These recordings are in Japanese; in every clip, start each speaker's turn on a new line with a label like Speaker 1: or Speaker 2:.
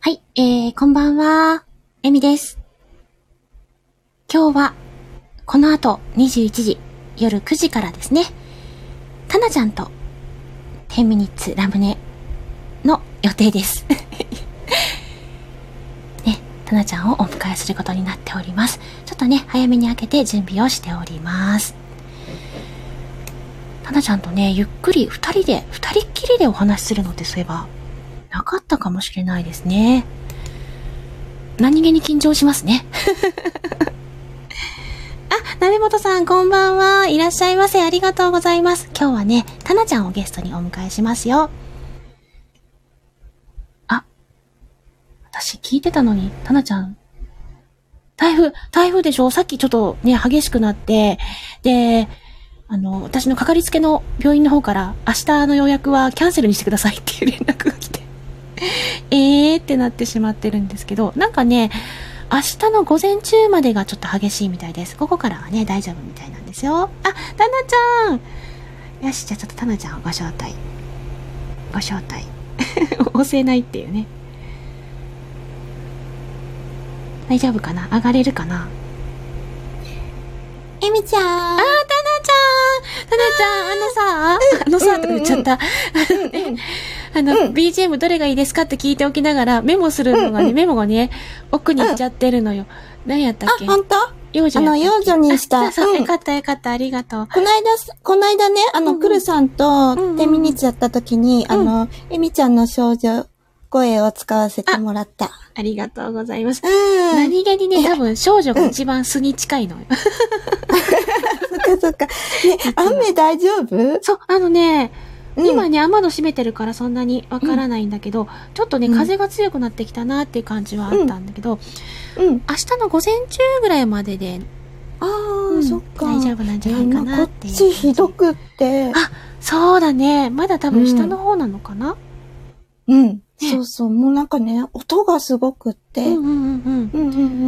Speaker 1: はい、えー、こんばんは。エミです。今日は、この後21時、夜9時からですね、かなちゃんと、10ミニッツラムネの予定です。 ね、たなちゃんをお迎えすることになっております。ちょっとね、早めに開けて準備をしております。たなちゃんとね、ゆっくり二人で、二人っきりでお話しするのってそういえば、なかったかもしれないですね。何気に緊張しますね。 あ、鍋本さん、こんばんは。いらっしゃいませ。ありがとうございます。今日はね、たなちゃんをゲストにお迎えしますよ。あ、私聞いてたのに、たなちゃん、台風、台風でしょさっきちょっとね、激しくなって、で、あの、私のかかりつけの病院の方から、明日の予約はキャンセルにしてくださいっていう連絡が来て、えーってなってしまってるんですけど、なんかね、明日の午前中までがちょっと激しいみたいです。午後からはね、大丈夫みたいなんですよ。あ、タナちゃんよし、じゃあちょっとタナちゃんをご招待。ご招待。 押せないっていうね。大丈夫かな上がれるかな
Speaker 2: えみちゃん。
Speaker 1: あー、タナちゃんタナちゃん、あのさ、あのさ、とか言っちゃった。あの、
Speaker 2: うん
Speaker 1: BGM どれがいいですかって聞いておきながら、メモするのがね、
Speaker 2: うんうん
Speaker 1: メモがね、奥に行っちゃってるのよ。何やったっ
Speaker 2: あ、
Speaker 1: け
Speaker 2: ほんと
Speaker 1: 幼女やったっけ
Speaker 2: あの幼女にした
Speaker 1: あそうそう、
Speaker 2: うん
Speaker 1: よかったよかった、ありがとう。
Speaker 2: こないだす、こないだね、あ
Speaker 1: う
Speaker 2: の、
Speaker 1: ん
Speaker 2: くるさんと
Speaker 1: うんうん、
Speaker 2: テミニッツやった時に、あの、えみちゃんの少女声を使わせてもらった。
Speaker 1: ありがとうございます。
Speaker 2: うん。
Speaker 1: 何気にね、多分少女が一番素に近いのよ。
Speaker 2: そっかそっ か。ね、雨大丈夫
Speaker 1: そう、あのね、今
Speaker 2: うん
Speaker 1: ね、雨戸閉めてるからそんなにわからないんだけど、ちょっとね、
Speaker 2: うん
Speaker 1: 風が強くなってきたなっていう感じはあったんだけど、
Speaker 2: うん。
Speaker 1: 明日の午前中ぐらいまでで、
Speaker 2: あ
Speaker 1: うん
Speaker 2: ー、そっか。
Speaker 1: 大丈夫なんじゃないかなっ
Speaker 2: こ
Speaker 1: て
Speaker 2: っ
Speaker 1: いう
Speaker 2: ちひどくって。
Speaker 1: あそうだね。まだ多分下の方なのかな、
Speaker 2: うん。そうそう。もうなんかね、音がすごくっ
Speaker 1: う
Speaker 2: て。
Speaker 1: ん、うんうんうん
Speaker 2: うんうん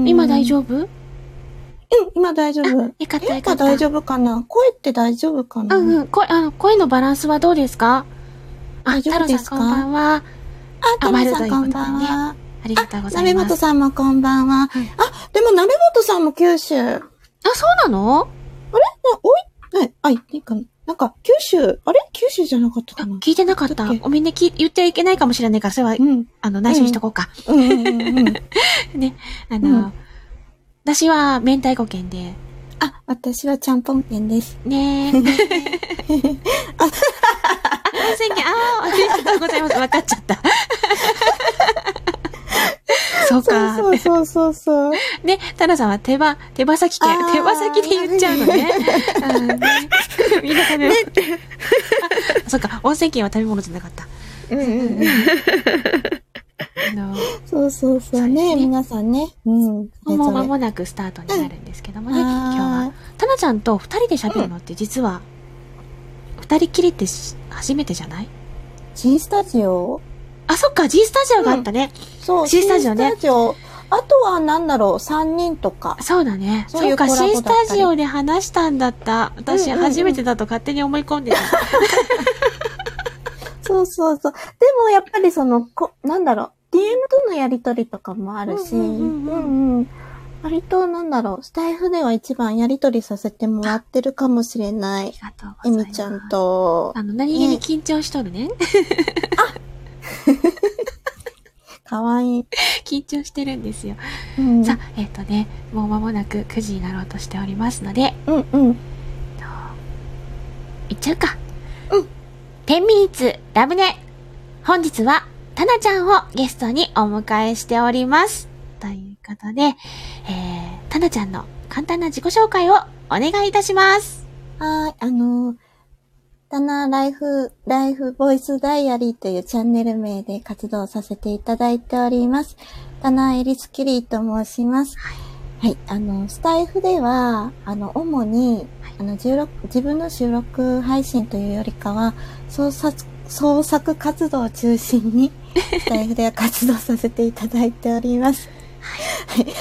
Speaker 2: うん。
Speaker 1: 今大丈夫
Speaker 2: 夫
Speaker 1: よ
Speaker 2: うん、今大丈夫。
Speaker 1: かった
Speaker 2: や
Speaker 1: よ
Speaker 2: っ
Speaker 1: かっ
Speaker 2: ぱ
Speaker 1: た。
Speaker 2: 大丈夫かな声って大丈夫かな
Speaker 1: うんうん。声、あの、声のバランスはどうですかあ、
Speaker 2: 大丈
Speaker 1: 太
Speaker 2: 夫
Speaker 1: 郎さん
Speaker 2: ですか
Speaker 1: こんばんは。
Speaker 2: あ、
Speaker 1: あ
Speaker 2: たまさん
Speaker 1: ま
Speaker 2: こ
Speaker 1: る
Speaker 2: ん
Speaker 1: ということ
Speaker 2: ば
Speaker 1: で
Speaker 2: ん
Speaker 1: ね
Speaker 2: は。
Speaker 1: ありがとうござ
Speaker 2: 鍋
Speaker 1: います。
Speaker 2: 本さんもこんばんは。
Speaker 1: はい
Speaker 2: あ、でも鍋本さんも九州。あ、
Speaker 1: あ、そうなの
Speaker 2: おい、はい、あ、言っていいかな。なんか、九州、あれ九州じゃなかった
Speaker 1: あ
Speaker 2: かな。
Speaker 1: 聞いてなかっ
Speaker 2: だ
Speaker 1: た
Speaker 2: っ。け
Speaker 1: ごめんね、き言ってはいけないかもしれないから、それは、
Speaker 2: うん。
Speaker 1: あの、内緒にしとこうか。
Speaker 2: うんうんうん うん。
Speaker 1: あの、
Speaker 2: うん
Speaker 1: 私は明太子県で、
Speaker 2: あ、私はちゃんぽん県です。
Speaker 1: ねえ。温泉県、ああ、ありがとうございます。わかっちゃ った。そう
Speaker 2: そう
Speaker 1: か。
Speaker 2: そうそうそうそう。
Speaker 1: ね、タラさんは手羽、手羽先
Speaker 2: あ
Speaker 1: 県、
Speaker 2: ー
Speaker 1: 手羽先で言っちゃうのね。 うんねみんな食べ物。あそっか、温泉県は食べ物じゃなかった。
Speaker 2: うんうんうん。
Speaker 1: あの、
Speaker 2: そうそう
Speaker 1: そ
Speaker 2: そ
Speaker 1: うですね
Speaker 2: うね。皆さんね。うん。それ
Speaker 1: もう
Speaker 2: ぞれ
Speaker 1: 間もなくスタートになるんですけどもね、今日は
Speaker 2: あ。
Speaker 1: タナちゃんと二人で喋るのって実は、二人きりってし初めてじゃない
Speaker 2: ー、G スタジオ
Speaker 1: あ、そっか、G スタジオがあったね。
Speaker 2: そう、
Speaker 1: G スタジオね
Speaker 2: G スタジオ。あとはなんだろう、三人とか。
Speaker 1: そうだね。
Speaker 2: そう
Speaker 1: そうか、
Speaker 2: いうコラボ
Speaker 1: C
Speaker 2: だ
Speaker 1: ス
Speaker 2: ったり
Speaker 1: タジオで話したんだった。私、
Speaker 2: うんうんうん
Speaker 1: 初めてだと勝手に思い込んでた。
Speaker 2: そうそうそう。でもやっぱりその、こなんだろう、DM とのやりとりとかもあるし、
Speaker 1: う
Speaker 2: う
Speaker 1: うん
Speaker 2: んん
Speaker 1: う
Speaker 2: うん
Speaker 1: うん
Speaker 2: ん割となんだろう、スタイフでは一番やりとりさせてもらってるかもしれない
Speaker 1: あ。りがとう
Speaker 2: え
Speaker 1: ございま
Speaker 2: み
Speaker 1: す。
Speaker 2: ちゃん。と、
Speaker 1: あの、何気に緊張しとるね。
Speaker 2: かわいい。
Speaker 1: 緊張してるんですよ。
Speaker 2: うん、
Speaker 1: さあ、えっ、とね、もう間もなく9時になろうとしておりますので、
Speaker 2: うんうん。
Speaker 1: いっちゃうか。
Speaker 2: うん。
Speaker 1: 10ミニッツラムネ。本日は、タナちゃんをゲストにお迎えしております。ということで、えー、タナちゃんの簡単な自己紹介をお願いいたします。
Speaker 2: はーい、あのー、タナライフ、ライフボイスダイアリーというチャンネル名で活動させていただいております。タナエリスキリーと申します。はい、あの、スタイフでは、あの、主に、あの、16自分の収録配信というよりかは、創作、創作 活動を中心に、スタイフでは活動させていただいております。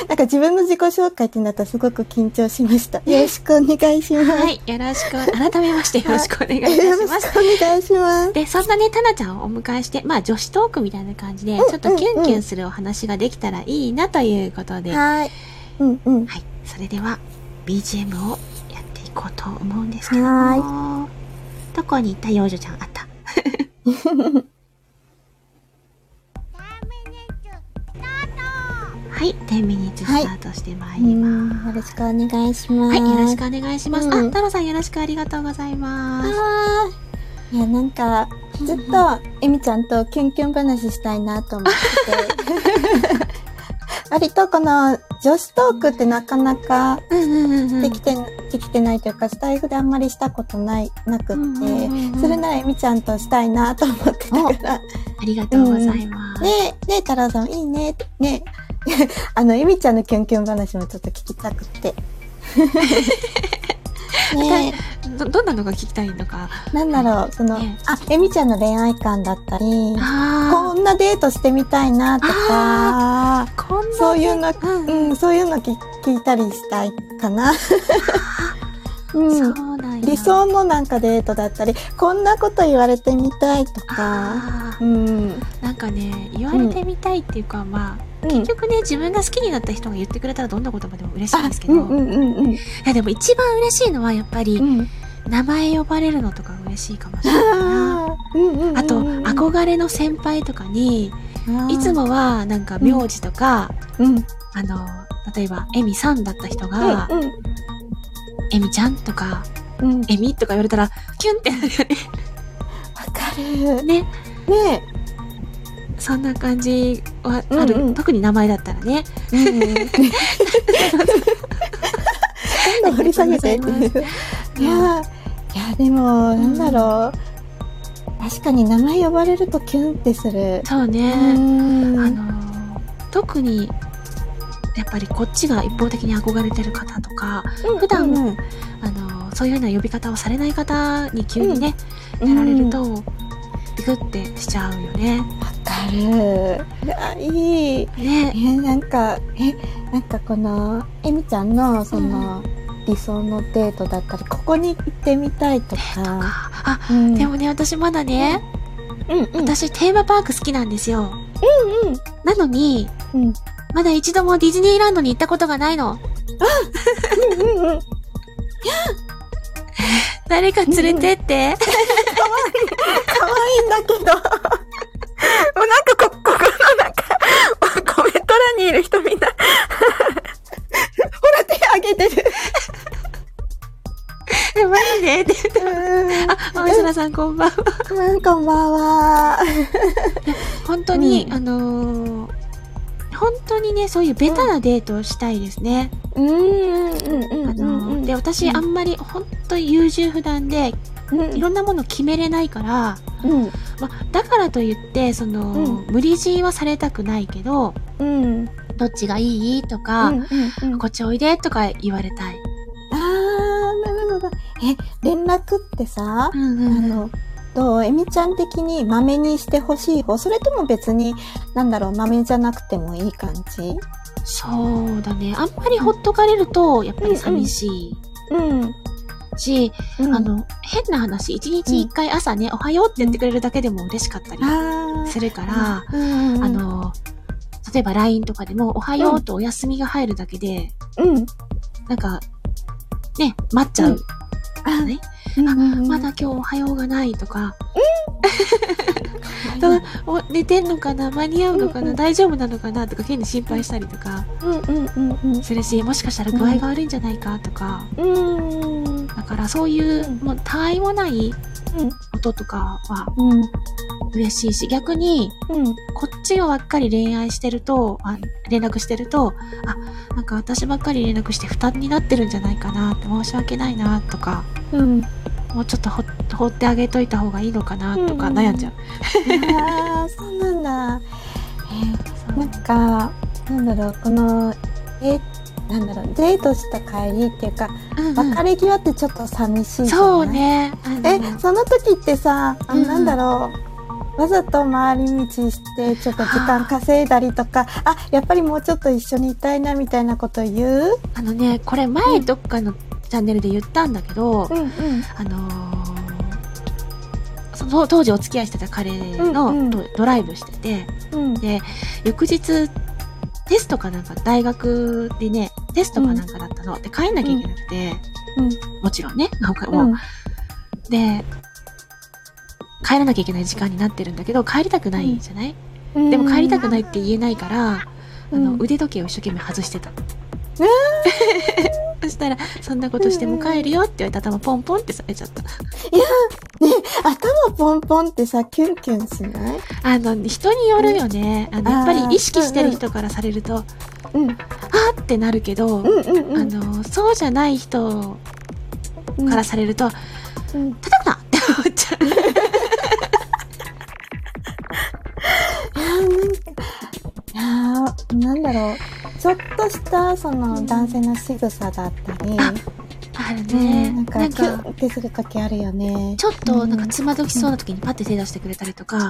Speaker 2: なんか自分の自己紹介ってなったらすごく緊張しました。よろしくお願いします。
Speaker 1: はい、よろしく、改めましてよろしくお願いいた
Speaker 2: よろ
Speaker 1: し
Speaker 2: し
Speaker 1: ます。
Speaker 2: くお願いします。
Speaker 1: で、そんなね、タナちゃんをお迎えして、まあ女子トークみたいな感じで、
Speaker 2: うん
Speaker 1: ちょっとキュンキュンするお話ができたらいいなということで、は
Speaker 2: はい。うんうん。
Speaker 1: い、それでは BGM をやっていこうと思うんですけども、どこに行った幼女ちゃんあ ったはい、10ミニッツ
Speaker 2: はい
Speaker 1: スタートしてまいり
Speaker 2: うん
Speaker 1: ます。
Speaker 2: よろしくお願いします。
Speaker 1: はい、よろしくお願いします。
Speaker 2: うん
Speaker 1: あ、太郎さんよろしくありがとうございます。
Speaker 2: あーいや、なんか、ずっと、えみちゃんとキュンキュン話したいなと思ってて。割とこの女子トークってなかなか
Speaker 1: うんうんうんうん。
Speaker 2: できて、できてないというか、スタイフであんまりしたことない、なくって、
Speaker 1: うんうんうんうん
Speaker 2: それならえみちゃんとしたいなと思ってたから。
Speaker 1: ありがとうございます。
Speaker 2: ねえ、ねえ、太郎さん、いいねって、ね え。あの、えみちゃんのキュンキュン話もちょっと聞きたく て。ねえ。
Speaker 1: ど、どんなのが聞きたいのか。
Speaker 2: なんだろう、その、
Speaker 1: ね
Speaker 2: あ、えみちゃんの恋愛観だったり、こ
Speaker 1: あ
Speaker 2: んなデートしてみたいなとか、
Speaker 1: あ、こんな。
Speaker 2: そういうの、
Speaker 1: うん
Speaker 2: うん、そういうの聞聞いたりしたいかな。
Speaker 1: そ
Speaker 2: うん、
Speaker 1: うなんや
Speaker 2: 理想のなんかデートだったり、こんなこと言われてみたいとか、
Speaker 1: あ
Speaker 2: うん、
Speaker 1: ーなんかね、言われてみたいっていうか、まあ、
Speaker 2: 結
Speaker 1: 結局ね、自分が好きになった人が言ってくれたらどんな言葉でも嬉しいん
Speaker 2: あ
Speaker 1: ですけ、
Speaker 2: う
Speaker 1: ど、
Speaker 2: んうんうんうん
Speaker 1: いやでも一番嬉しいのはやっぱり、
Speaker 2: うん。
Speaker 1: 名前呼ばれるのとかが嬉しいかもしれないな。
Speaker 2: あーうんうんうんうん
Speaker 1: あと、憧れの先輩とかに、いつ、もはなんか名字とか、
Speaker 2: あーうん、
Speaker 1: あの、例えば、エミさんだった人が、
Speaker 2: うん
Speaker 1: エミちゃんとか、
Speaker 2: うんうん、わ
Speaker 1: エミとか言われたら、キュンってなるよ
Speaker 2: かる。ね
Speaker 1: ね。ね。
Speaker 2: え。
Speaker 1: そんな感じはある、
Speaker 2: うんうん
Speaker 1: 特に名前だったらね。
Speaker 2: うんうんどんどん掘り下げてっていう。 いやー、いやーでも、なんだろう、確かに名前呼ばれるとキュンってする。
Speaker 1: そう
Speaker 2: う
Speaker 1: ね、
Speaker 2: ん
Speaker 1: あのー特にやっぱりこっちが一方的に憧れてる方とか、普段
Speaker 2: うんうん
Speaker 1: あのーそういうような呼び方をされない方に急にね、やられると、ビクってしちゃうよね。
Speaker 2: わかる。あ、いい。え
Speaker 1: ね。
Speaker 2: ーなんか、え、なんかこの、えみちゃんの、その、理想のデートだったり、ここに行ってみたいとか。
Speaker 1: あ、
Speaker 2: うん
Speaker 1: で、もね、私まだね、
Speaker 2: うんうん
Speaker 1: 私テーマパーク好きなんですよ。
Speaker 2: う
Speaker 1: なのに、
Speaker 2: んうん。
Speaker 1: まだ一度もディズニーランドに行ったことがないの。
Speaker 2: うんうんうん。
Speaker 1: 誰か連れてって。
Speaker 2: 可愛いんだけど。もう なんかこ、ここのなんか、コメント欄にいる 人みんな、ほら手あげてる。
Speaker 1: え マジでって言って。あ、おみそらさんこんばんは。
Speaker 2: うん、こんばんは。
Speaker 1: 本当に、
Speaker 2: うん
Speaker 1: あのー本当にね、そういうベタなデートをしたいですね。
Speaker 2: うん、うん、うん、
Speaker 1: あのー
Speaker 2: うん。
Speaker 1: で、私、
Speaker 2: うん
Speaker 1: あんまり、本当に優柔不断で、
Speaker 2: うん、
Speaker 1: いろんなもの決めれないから、
Speaker 2: うん、
Speaker 1: まあ、だからといって、その、
Speaker 2: う
Speaker 1: 無理強いはされたくないけど、
Speaker 2: うん。
Speaker 1: どっちがいいとか、
Speaker 2: うん
Speaker 1: こっちおいでとか言われたい。
Speaker 2: あー、なるほど。え、連絡ってさ、
Speaker 1: ん
Speaker 2: あの、どうえみちゃん的にマメにしてほしい方それとも別に、なんだろう、マメじゃなくてもいい感じ
Speaker 1: そうだね。あんまりほっとかれると、やっぱり寂しい
Speaker 2: うん。
Speaker 1: し、
Speaker 2: うん
Speaker 1: あ、の、変な話、一日一回朝ね、おはようって言ってくれるだけでも嬉しかったり
Speaker 2: あー
Speaker 1: するから、
Speaker 2: うん、
Speaker 1: あ、の、例えば LINE とかでも、おはようとお休みが入るだけで、
Speaker 2: うん。
Speaker 1: なんか、ね、待っちゃう。
Speaker 2: あ
Speaker 1: ね、ま
Speaker 2: ま
Speaker 1: だ今日おはようがないとか、
Speaker 2: うん
Speaker 1: お寝てんのかな間に合うのか
Speaker 2: うん
Speaker 1: な、
Speaker 2: うん
Speaker 1: 大丈夫なのかなとか、変に心配したりとか
Speaker 2: うんうんうん
Speaker 1: するし、もしかしたら具合が悪いんじゃないかとか、
Speaker 2: うん。うん。
Speaker 1: だからそういう、
Speaker 2: うん
Speaker 1: もう、他愛もない音とかは
Speaker 2: うん。
Speaker 1: 嬉しいし、逆に、
Speaker 2: うん。
Speaker 1: こっちをばっかり恋愛してると、あ連絡してると、あ、なんか私ばっかり連絡して負担になってるんじゃないかなって、申し訳ないなとか、
Speaker 2: うん。
Speaker 1: もうちょっとほ放ってあげといた方がいいのかなとか
Speaker 2: うんうんうん
Speaker 1: 悩んじゃう。
Speaker 2: ああ、そうなんだ。え
Speaker 1: そう
Speaker 2: ーなんか、なんだろう、この、え、なんだろう、デートした帰りっていうか、
Speaker 1: うんうん
Speaker 2: 別れ際ってちょっと寂しいじゃない
Speaker 1: そう。ね。あの
Speaker 2: え、その時ってさ、あ
Speaker 1: うんうん
Speaker 2: なんだろう、わざと回り道して、ちょっと時間稼いだりとか、あ、やっぱりもうちょっと一緒にいたいなみたいなこと言う
Speaker 1: あのね、これ前どっかのチャンネルで言ったんだけど、
Speaker 2: うんうん。
Speaker 1: あのーその当時お付き合いしてた彼の、
Speaker 2: うんうん
Speaker 1: ドドライブしてて、
Speaker 2: うん。
Speaker 1: で、翌日、テストかなんか、大学でね、テストかなんかだったの。で、帰んなきゃいけなくて、
Speaker 2: うん
Speaker 1: もちろんね、なんか
Speaker 2: う
Speaker 1: もう、
Speaker 2: ん。
Speaker 1: で、帰らなきゃいけない時間になってるんだけど、帰りたくないじゃない、
Speaker 2: うん
Speaker 1: でも帰りたくないって言えないから、あ
Speaker 2: う
Speaker 1: の
Speaker 2: ん
Speaker 1: 腕時計を一生懸命外してた。 そしたら、そんなことしても帰るよって言われて頭ポンポンってされちゃった。
Speaker 2: 頭ポンポンってさ、キュンキュンしない
Speaker 1: あの、人によるよね。あの、
Speaker 2: あー
Speaker 1: やっぱり意識してる人からされると、あ
Speaker 2: うん。
Speaker 1: ーってなるけど、
Speaker 2: うんうんうん。
Speaker 1: あの、そうじゃない人
Speaker 2: うん
Speaker 1: からされると、
Speaker 2: うん
Speaker 1: 叩くなって思っちゃう。
Speaker 2: いやーなんか、いやーなんだろう。ちょっとした、その、男性の仕草だったり、
Speaker 1: あある
Speaker 2: ね
Speaker 1: ね。
Speaker 2: な
Speaker 1: な
Speaker 2: んか、
Speaker 1: ん
Speaker 2: キュ
Speaker 1: か
Speaker 2: ン、ってするときあるよね。
Speaker 1: ちょっと、なんか、つまどきそうな時にパッて手出してくれたりとか、あの、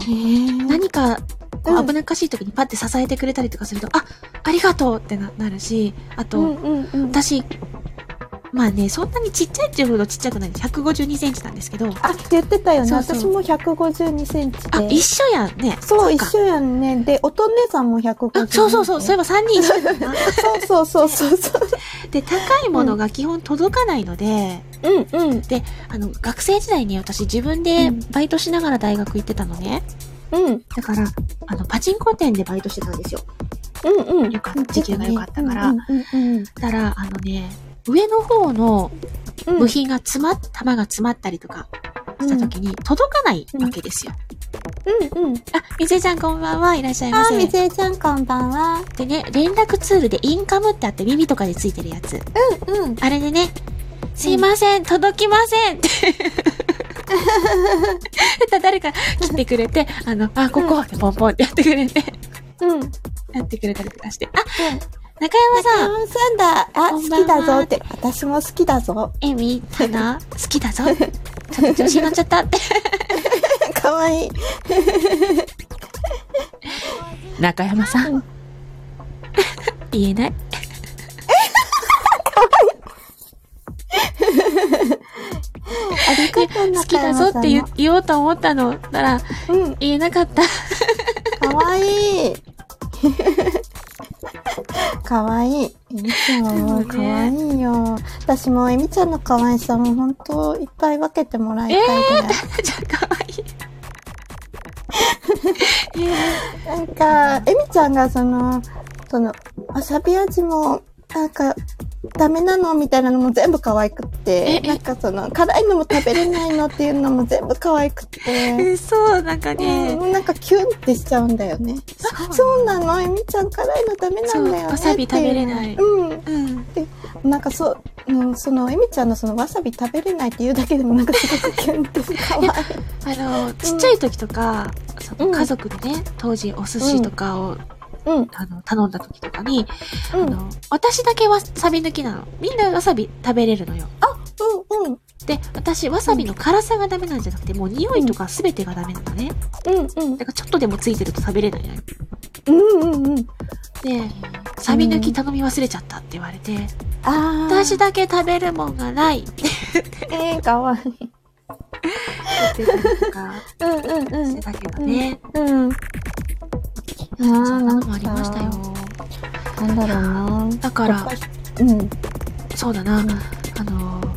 Speaker 2: へー
Speaker 1: 何かこ
Speaker 2: う
Speaker 1: うん危なっかしい時にパッて支えてくれたりとかすると、あありがとうってななるしあと、
Speaker 2: うんうんうん。
Speaker 1: 私まあねそんなにちっちゃいっていうほどちっちゃくないんです1 5 2センチなんですけどあ
Speaker 2: あ、言ってたよね。
Speaker 1: そうそう
Speaker 2: 私も152センチで。
Speaker 1: 一緒やんね
Speaker 2: そう、
Speaker 1: っ
Speaker 2: 一
Speaker 1: か
Speaker 2: 緒やんね。で、おとねさんも150
Speaker 1: あそうそうそうそういえば3人一 緒だな
Speaker 2: そうそうそうそうそう。
Speaker 1: で高いものが基本届かないので、
Speaker 2: うんうん。
Speaker 1: あの学生時代に私自分で
Speaker 2: うん
Speaker 1: バイトしながら大学行ってたのね
Speaker 2: うん。
Speaker 1: だからあのパチンコ店でバイトしてたんですよ
Speaker 2: うんうん。
Speaker 1: よかった時給が良かったから
Speaker 2: うんうんうん
Speaker 1: だからあのね上の方の
Speaker 2: うん。
Speaker 1: 部品が詰まっ、玉が詰まったりとかした時に届かないわけですよ。
Speaker 2: うんうん。
Speaker 1: あ、みずえちゃんこんばんは、いらっしゃいま
Speaker 2: あー、
Speaker 1: せ。
Speaker 2: みずえちゃんこんばんは。
Speaker 1: でね、連絡ツールでインカムってあって耳とかでついてるやつ。
Speaker 2: うん。
Speaker 1: あれでね、すいません、届きませんって。 誰か来てくれて、あの、あ、ここってポンポンってやってくれて、
Speaker 2: うん。うん。
Speaker 1: やってくれたりとかして。あ、中山さん、
Speaker 2: あ、さんだ。あ、
Speaker 1: こ
Speaker 2: 好
Speaker 1: んばんは
Speaker 2: きだぞって。私も好きだぞ。
Speaker 1: えみ、たな、好きだぞ。ちょっと調子に乗っちゃったって。
Speaker 2: かわいい。
Speaker 1: 中山さん。 言えない。
Speaker 2: ありがとう
Speaker 1: 好きだぞって言
Speaker 2: う。
Speaker 1: 言おうと思ったのなら
Speaker 2: うん。
Speaker 1: 言えなか った。
Speaker 2: かわいい。かわいい。えみちゃんはもうかわいいよ。私もえみちゃんのかわいさも本当いっぱい分けてもらいたいぐらい。
Speaker 1: じゃあ可愛い。
Speaker 2: なんか、えみちゃんがその、その、わさび味も、なんか、ダメなのみたいなのも全部可愛くって、
Speaker 1: ええ
Speaker 2: なんかその、辛いのも食べれないのっていうのも全部可愛くって、
Speaker 1: えそうなんかね。
Speaker 2: うん、なんかキュンってしちゃうんだよね。あそうなのえみちゃん辛いのダメなんだよねってい。
Speaker 1: そううわさび食べれない
Speaker 2: うん。
Speaker 1: うん。
Speaker 2: なんかそう、うん、その、えみちゃんのそのわさび食べれないっていうだけでもなんかすごくキュンって可愛い。
Speaker 1: あのちっちゃい時とか、その
Speaker 2: うん
Speaker 1: 家族でね当時お寿司とかを、
Speaker 2: うん。
Speaker 1: あの頼んだ時とかに、
Speaker 2: うん。う
Speaker 1: あ
Speaker 2: ん。
Speaker 1: の私だけわさび抜きなの。みんなわさび食べれるのよ。
Speaker 2: うん。
Speaker 1: で私わさびの辛さがダメなんじゃなくてもう匂いとか全てがダメなのね。
Speaker 2: うん。うん
Speaker 1: だからちょっとでもついてると食べれないのよ。。
Speaker 2: うん。うん。うん。
Speaker 1: でサビ抜き頼み忘れちゃったって言われて、
Speaker 2: ああ。
Speaker 1: 私だけ食べるもんがないって
Speaker 2: えー、かわいい。
Speaker 1: 言ってたりとか
Speaker 2: うんうんう
Speaker 1: してたけどね。
Speaker 2: ん。うん。
Speaker 1: そ
Speaker 2: あ
Speaker 1: んなの
Speaker 2: なん
Speaker 1: も
Speaker 2: か
Speaker 1: ありましたよ。
Speaker 2: なんだろうな。
Speaker 1: だか
Speaker 2: やっ
Speaker 1: ら
Speaker 2: ぱ、りうん。
Speaker 1: そうだな、あのー、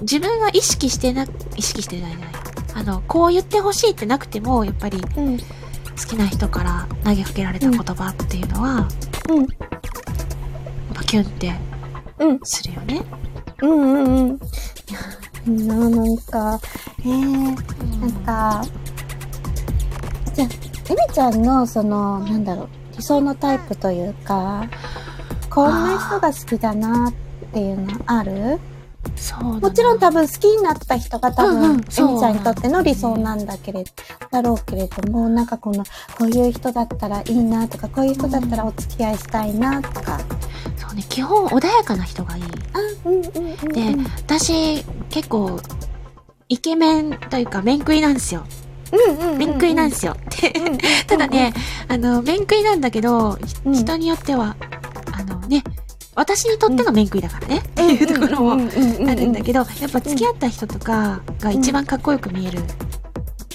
Speaker 1: 自分が意識してな、意識してないじゃない。あの、こう言ってほしいってなくても、やっぱり好
Speaker 2: うん。
Speaker 1: きな人から投げかけられた言葉っていうのは、やっ
Speaker 2: うん。
Speaker 1: ぱキュンって
Speaker 2: うん。
Speaker 1: するよね。
Speaker 2: うんうんうん。いや、ななんか、えー、なんか、じゃあ、えみちゃんの、その、なんだろう、理想のタイプというか、こんな人が好きだなっていうのある
Speaker 1: そうだな
Speaker 2: もちろん多分好きになった人が多分、
Speaker 1: うんうん
Speaker 2: エミちゃんにとっての理想
Speaker 1: そう
Speaker 2: な
Speaker 1: なん
Speaker 2: だけれ、だろうけれども、なんかこの、こういう人だったらいいなとか、こういう人だったらお付き合いしたいなとか。
Speaker 1: そうね、基本穏やかな人がいい。
Speaker 2: あ、うんうんうん、うん。
Speaker 1: で私結構イケメンというか面食いなんですよ
Speaker 2: うんうん。
Speaker 1: 面食いなんですよ。で
Speaker 2: うんうんうん。
Speaker 1: ただね、あの、面食いなんだけど、ひ
Speaker 2: うん
Speaker 1: 人によっては、あのね、私にとっての面食いだからね、っていうところもあ
Speaker 2: あ
Speaker 1: るんだけど、やっぱ付き合った人とかが一番かっこよく見える。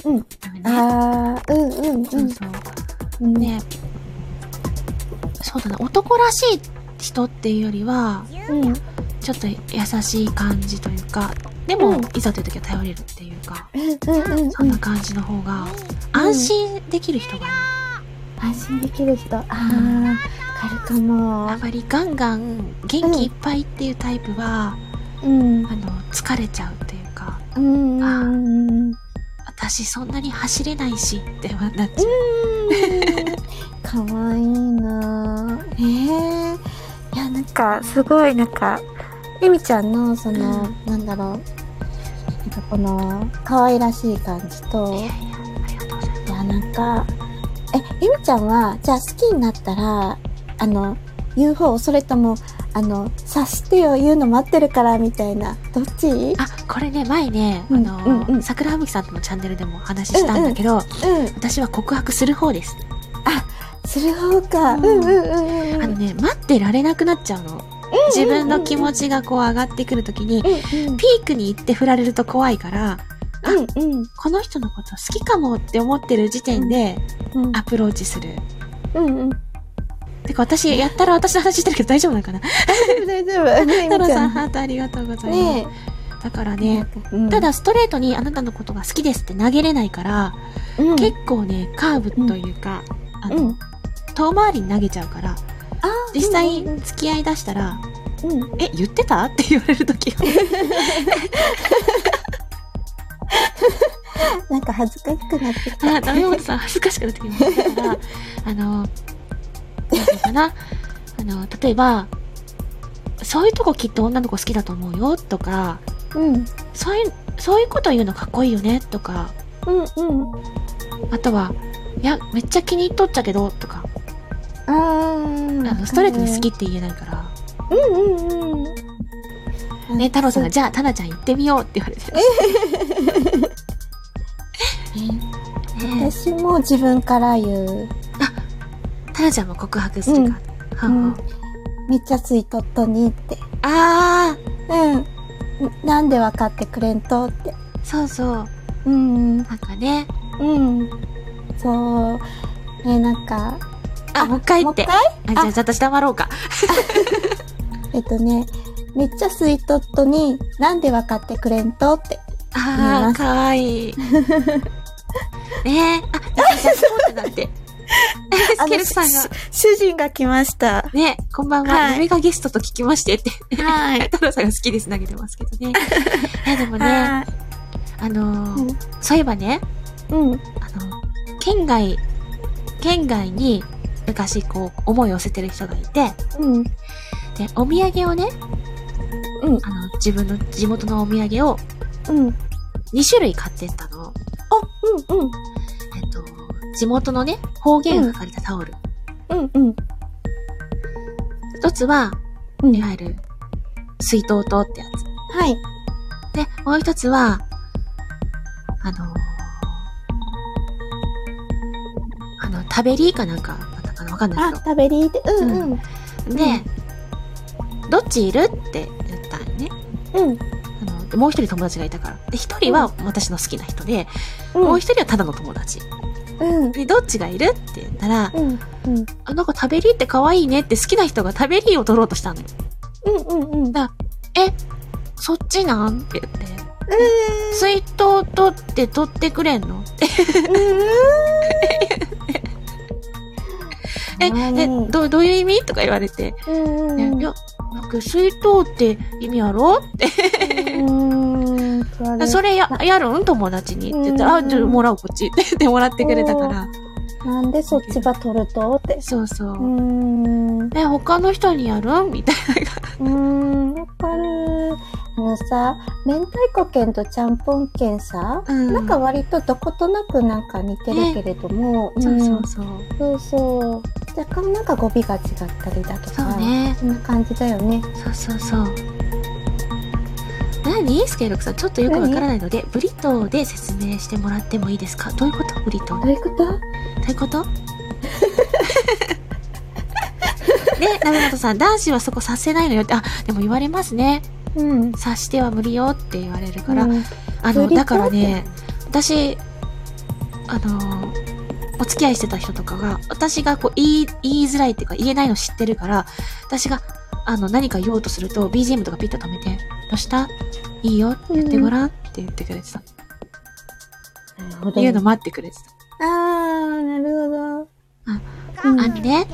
Speaker 2: うん
Speaker 1: だよね。
Speaker 2: ああ、うんうん
Speaker 1: そう
Speaker 2: う
Speaker 1: そう。
Speaker 2: ん。
Speaker 1: ね、そうだな、男らしい人っていうよりは、
Speaker 2: うん。
Speaker 1: ちょっと優しい感じというか、でも、
Speaker 2: うん
Speaker 1: いざという時は頼れるっていうか、
Speaker 2: うんうん
Speaker 1: そんな感じの方が、安心できる人がいい。
Speaker 2: 安心できる人。ああ、わかるかも
Speaker 1: あ。まりガンガン元気いっぱいっていうタイプは、
Speaker 2: うん。
Speaker 1: あの、疲れちゃうっていうか、
Speaker 2: うんうんうん。
Speaker 1: 私そんなに走れないし、ってなっちゃう。
Speaker 2: かわいいなぁええいや、なんか、すごい、なんか、エミちゃんの、その、
Speaker 1: う
Speaker 2: なんだろう。なんかこの、可愛らしい感じと、
Speaker 1: いやいや、ありがとうございます。
Speaker 2: いや、なんか、え、エミちゃんは、じゃあ好きになったら、あの、言う方、それとも、あの、察してよ、言うの待ってるから、みたいな。どっちうん、
Speaker 1: あ、これね、前ね、あ
Speaker 2: うん
Speaker 1: の、
Speaker 2: うんうん
Speaker 1: 桜吹さんとのチャンネルでもお話ししたんだけど、私は告白する方です。
Speaker 2: する方か。う
Speaker 1: うんん
Speaker 2: うんうんうん。
Speaker 1: あのね、待ってられなくなっちゃうの。自分の気持ちがこう上がってくるときに、
Speaker 2: うんうん
Speaker 1: ピークに行って振られると怖いから、
Speaker 2: うんうん
Speaker 1: この人のこと好きかもって思ってる時点で
Speaker 2: うん
Speaker 1: アプローチする。
Speaker 2: うんうん。
Speaker 1: てか私、やったら私の話してるけど大丈夫なのかな
Speaker 2: 大丈夫大丈夫。
Speaker 1: 太郎さん、ハートありがとうございます。
Speaker 2: ね
Speaker 1: だから
Speaker 2: え。
Speaker 1: ね、
Speaker 2: うん
Speaker 1: た、だストレートにあなたのことが好きですって投げれないから、
Speaker 2: うん
Speaker 1: 結構ね、カーブというか、あの、
Speaker 2: うん
Speaker 1: 遠回りに投げちゃうから、
Speaker 2: あー
Speaker 1: 実際
Speaker 2: うんうん
Speaker 1: 付き合い出したら、
Speaker 2: うん
Speaker 1: え、言ってたって言われる時が。
Speaker 2: なんか恥ずかしくなってきた。
Speaker 1: あ、ダメ元さん恥ずかしくなってきました。だから、あの、なんていうのかな。あの、例えば、そういうとこきっと女の子好きだと思うよとか、
Speaker 2: うん。うん
Speaker 1: そういう、そういうこと言うのかっこいいよねとか、
Speaker 2: うん。
Speaker 1: あとは、いや、めっちゃ気に入っとっちゃけど、とか、
Speaker 2: あー
Speaker 1: あの、ストレートに好き。って言えないから、
Speaker 2: うんうんうん。
Speaker 1: ね、太郎さんが、
Speaker 2: ね
Speaker 1: じゃあ、タナちゃん行ってみようって言われて。ね
Speaker 2: 私も自分から言う。
Speaker 1: タナちゃんも告白するか。はんはん
Speaker 2: うんめっちゃついとっとにって。
Speaker 1: あ
Speaker 2: うん。なんで分かってくれんとって。
Speaker 1: あ、そうそう。
Speaker 2: うんうん。
Speaker 1: なんかね、
Speaker 2: うん。そう。ね、なんか、
Speaker 1: あ、もう一回
Speaker 2: も
Speaker 1: 言
Speaker 2: う
Speaker 1: っ
Speaker 2: 一
Speaker 1: て。
Speaker 2: 回
Speaker 1: あ、じゃあ、私黙ろうか。
Speaker 2: えっとね、めっちゃスイートットに、なんで分かってくれんとって。
Speaker 1: ああ、かわいい。ねえ、あ、じゃあ、そうってなって。スケルさんが、
Speaker 2: 主人が来ました。
Speaker 1: ね、こんばんは、
Speaker 2: はい
Speaker 1: 嫁がゲストと聞きましてって、
Speaker 2: はい。
Speaker 1: 太郎さんが好きです投げてますけどね。いや、でもね、
Speaker 2: は
Speaker 1: あのー
Speaker 2: うん
Speaker 1: そういえばね、
Speaker 2: い。うん。
Speaker 1: あの、県外、県外に昔こう、思いを寄せてる人がいて、
Speaker 2: うん。
Speaker 1: で、お土産をね、
Speaker 2: うん
Speaker 1: あの、自分の地元のお土産を
Speaker 2: うん。
Speaker 1: 2種類買ってったの。
Speaker 2: あ、うんうん。
Speaker 1: えっと、地元のね、方言が書かれたタオル。
Speaker 2: うんうん。
Speaker 1: 一つは、
Speaker 2: うん
Speaker 1: いわゆる、水筒とってやつ。
Speaker 2: はい。
Speaker 1: で、もう一つは、あのーあの、食べりかなんかだったかなわかんない
Speaker 2: あ
Speaker 1: け、ど。
Speaker 2: 食べりーで。うんうん。
Speaker 1: で、どっちいるって言ったんね。
Speaker 2: うん。
Speaker 1: あの、でもう一人友達がいたから。で、一人は私の好きな人で、
Speaker 2: うん。
Speaker 1: もう一人はただの友達。
Speaker 2: うん。
Speaker 1: で、どっちがいるって言ったら、
Speaker 2: うん。うん。
Speaker 1: あ、なんか食べりって可愛いねって好きな人が食べりを取ろうとしたのよ。
Speaker 2: うんうんうん。
Speaker 1: だえ、そっちなんって言って。
Speaker 2: え
Speaker 1: 水筒取って取ってくれんの
Speaker 2: ー。う
Speaker 1: え、
Speaker 2: ーん。
Speaker 1: え、どう、どういう意味とか言われて。
Speaker 2: うんう
Speaker 1: ね
Speaker 2: ん。
Speaker 1: いや、なんか水筒って意味やろって。
Speaker 2: うん。それ
Speaker 1: それや、やるん友達に。って言った
Speaker 2: う
Speaker 1: ら、
Speaker 2: ん
Speaker 1: あ、ちょ、もらうこっち。って言ってもらってくれたから。
Speaker 2: なんでそっちば取るとって。
Speaker 1: そうそうう。
Speaker 2: ん。
Speaker 1: え、他の人にやるんみたいう
Speaker 2: ーん、わかる。あのさ、明太子券とちゃんぽん券さ、
Speaker 1: な。うん
Speaker 2: なんか、割とどことなくなんか似てるけれども、
Speaker 1: そうそ
Speaker 2: ん
Speaker 1: うそう。
Speaker 2: そうそう若干なんか語尾が違ったりだと
Speaker 1: そ
Speaker 2: か、
Speaker 1: うね。
Speaker 2: そんな感じだよね。
Speaker 1: そうそうそう。な何スケルクさん、ちょっとよくわからないので、ブリトーで説明してもらってもいいですかどういうことブリトー
Speaker 2: どういうこと
Speaker 1: ということ で、ダメ元さん、男子はそこさせないのよって、あ、でも言われますね。
Speaker 2: うん。
Speaker 1: 察しては無理よって言われる
Speaker 2: か
Speaker 1: から、
Speaker 2: うん、
Speaker 1: あ
Speaker 2: 無
Speaker 1: の、
Speaker 2: 理
Speaker 1: だからね、私、あの、お付き合いしてた人とかが、私がこう言い、言いづらいっていうか言えないの知ってるから、私が、あの、何か言おうとすると、BGM とかピッと止めて、どうしたいいよって言ってごらんって言ってくれてた。
Speaker 2: なるほ
Speaker 1: 言うの待ってくれてた。
Speaker 2: あー、なるほど。
Speaker 1: あのね、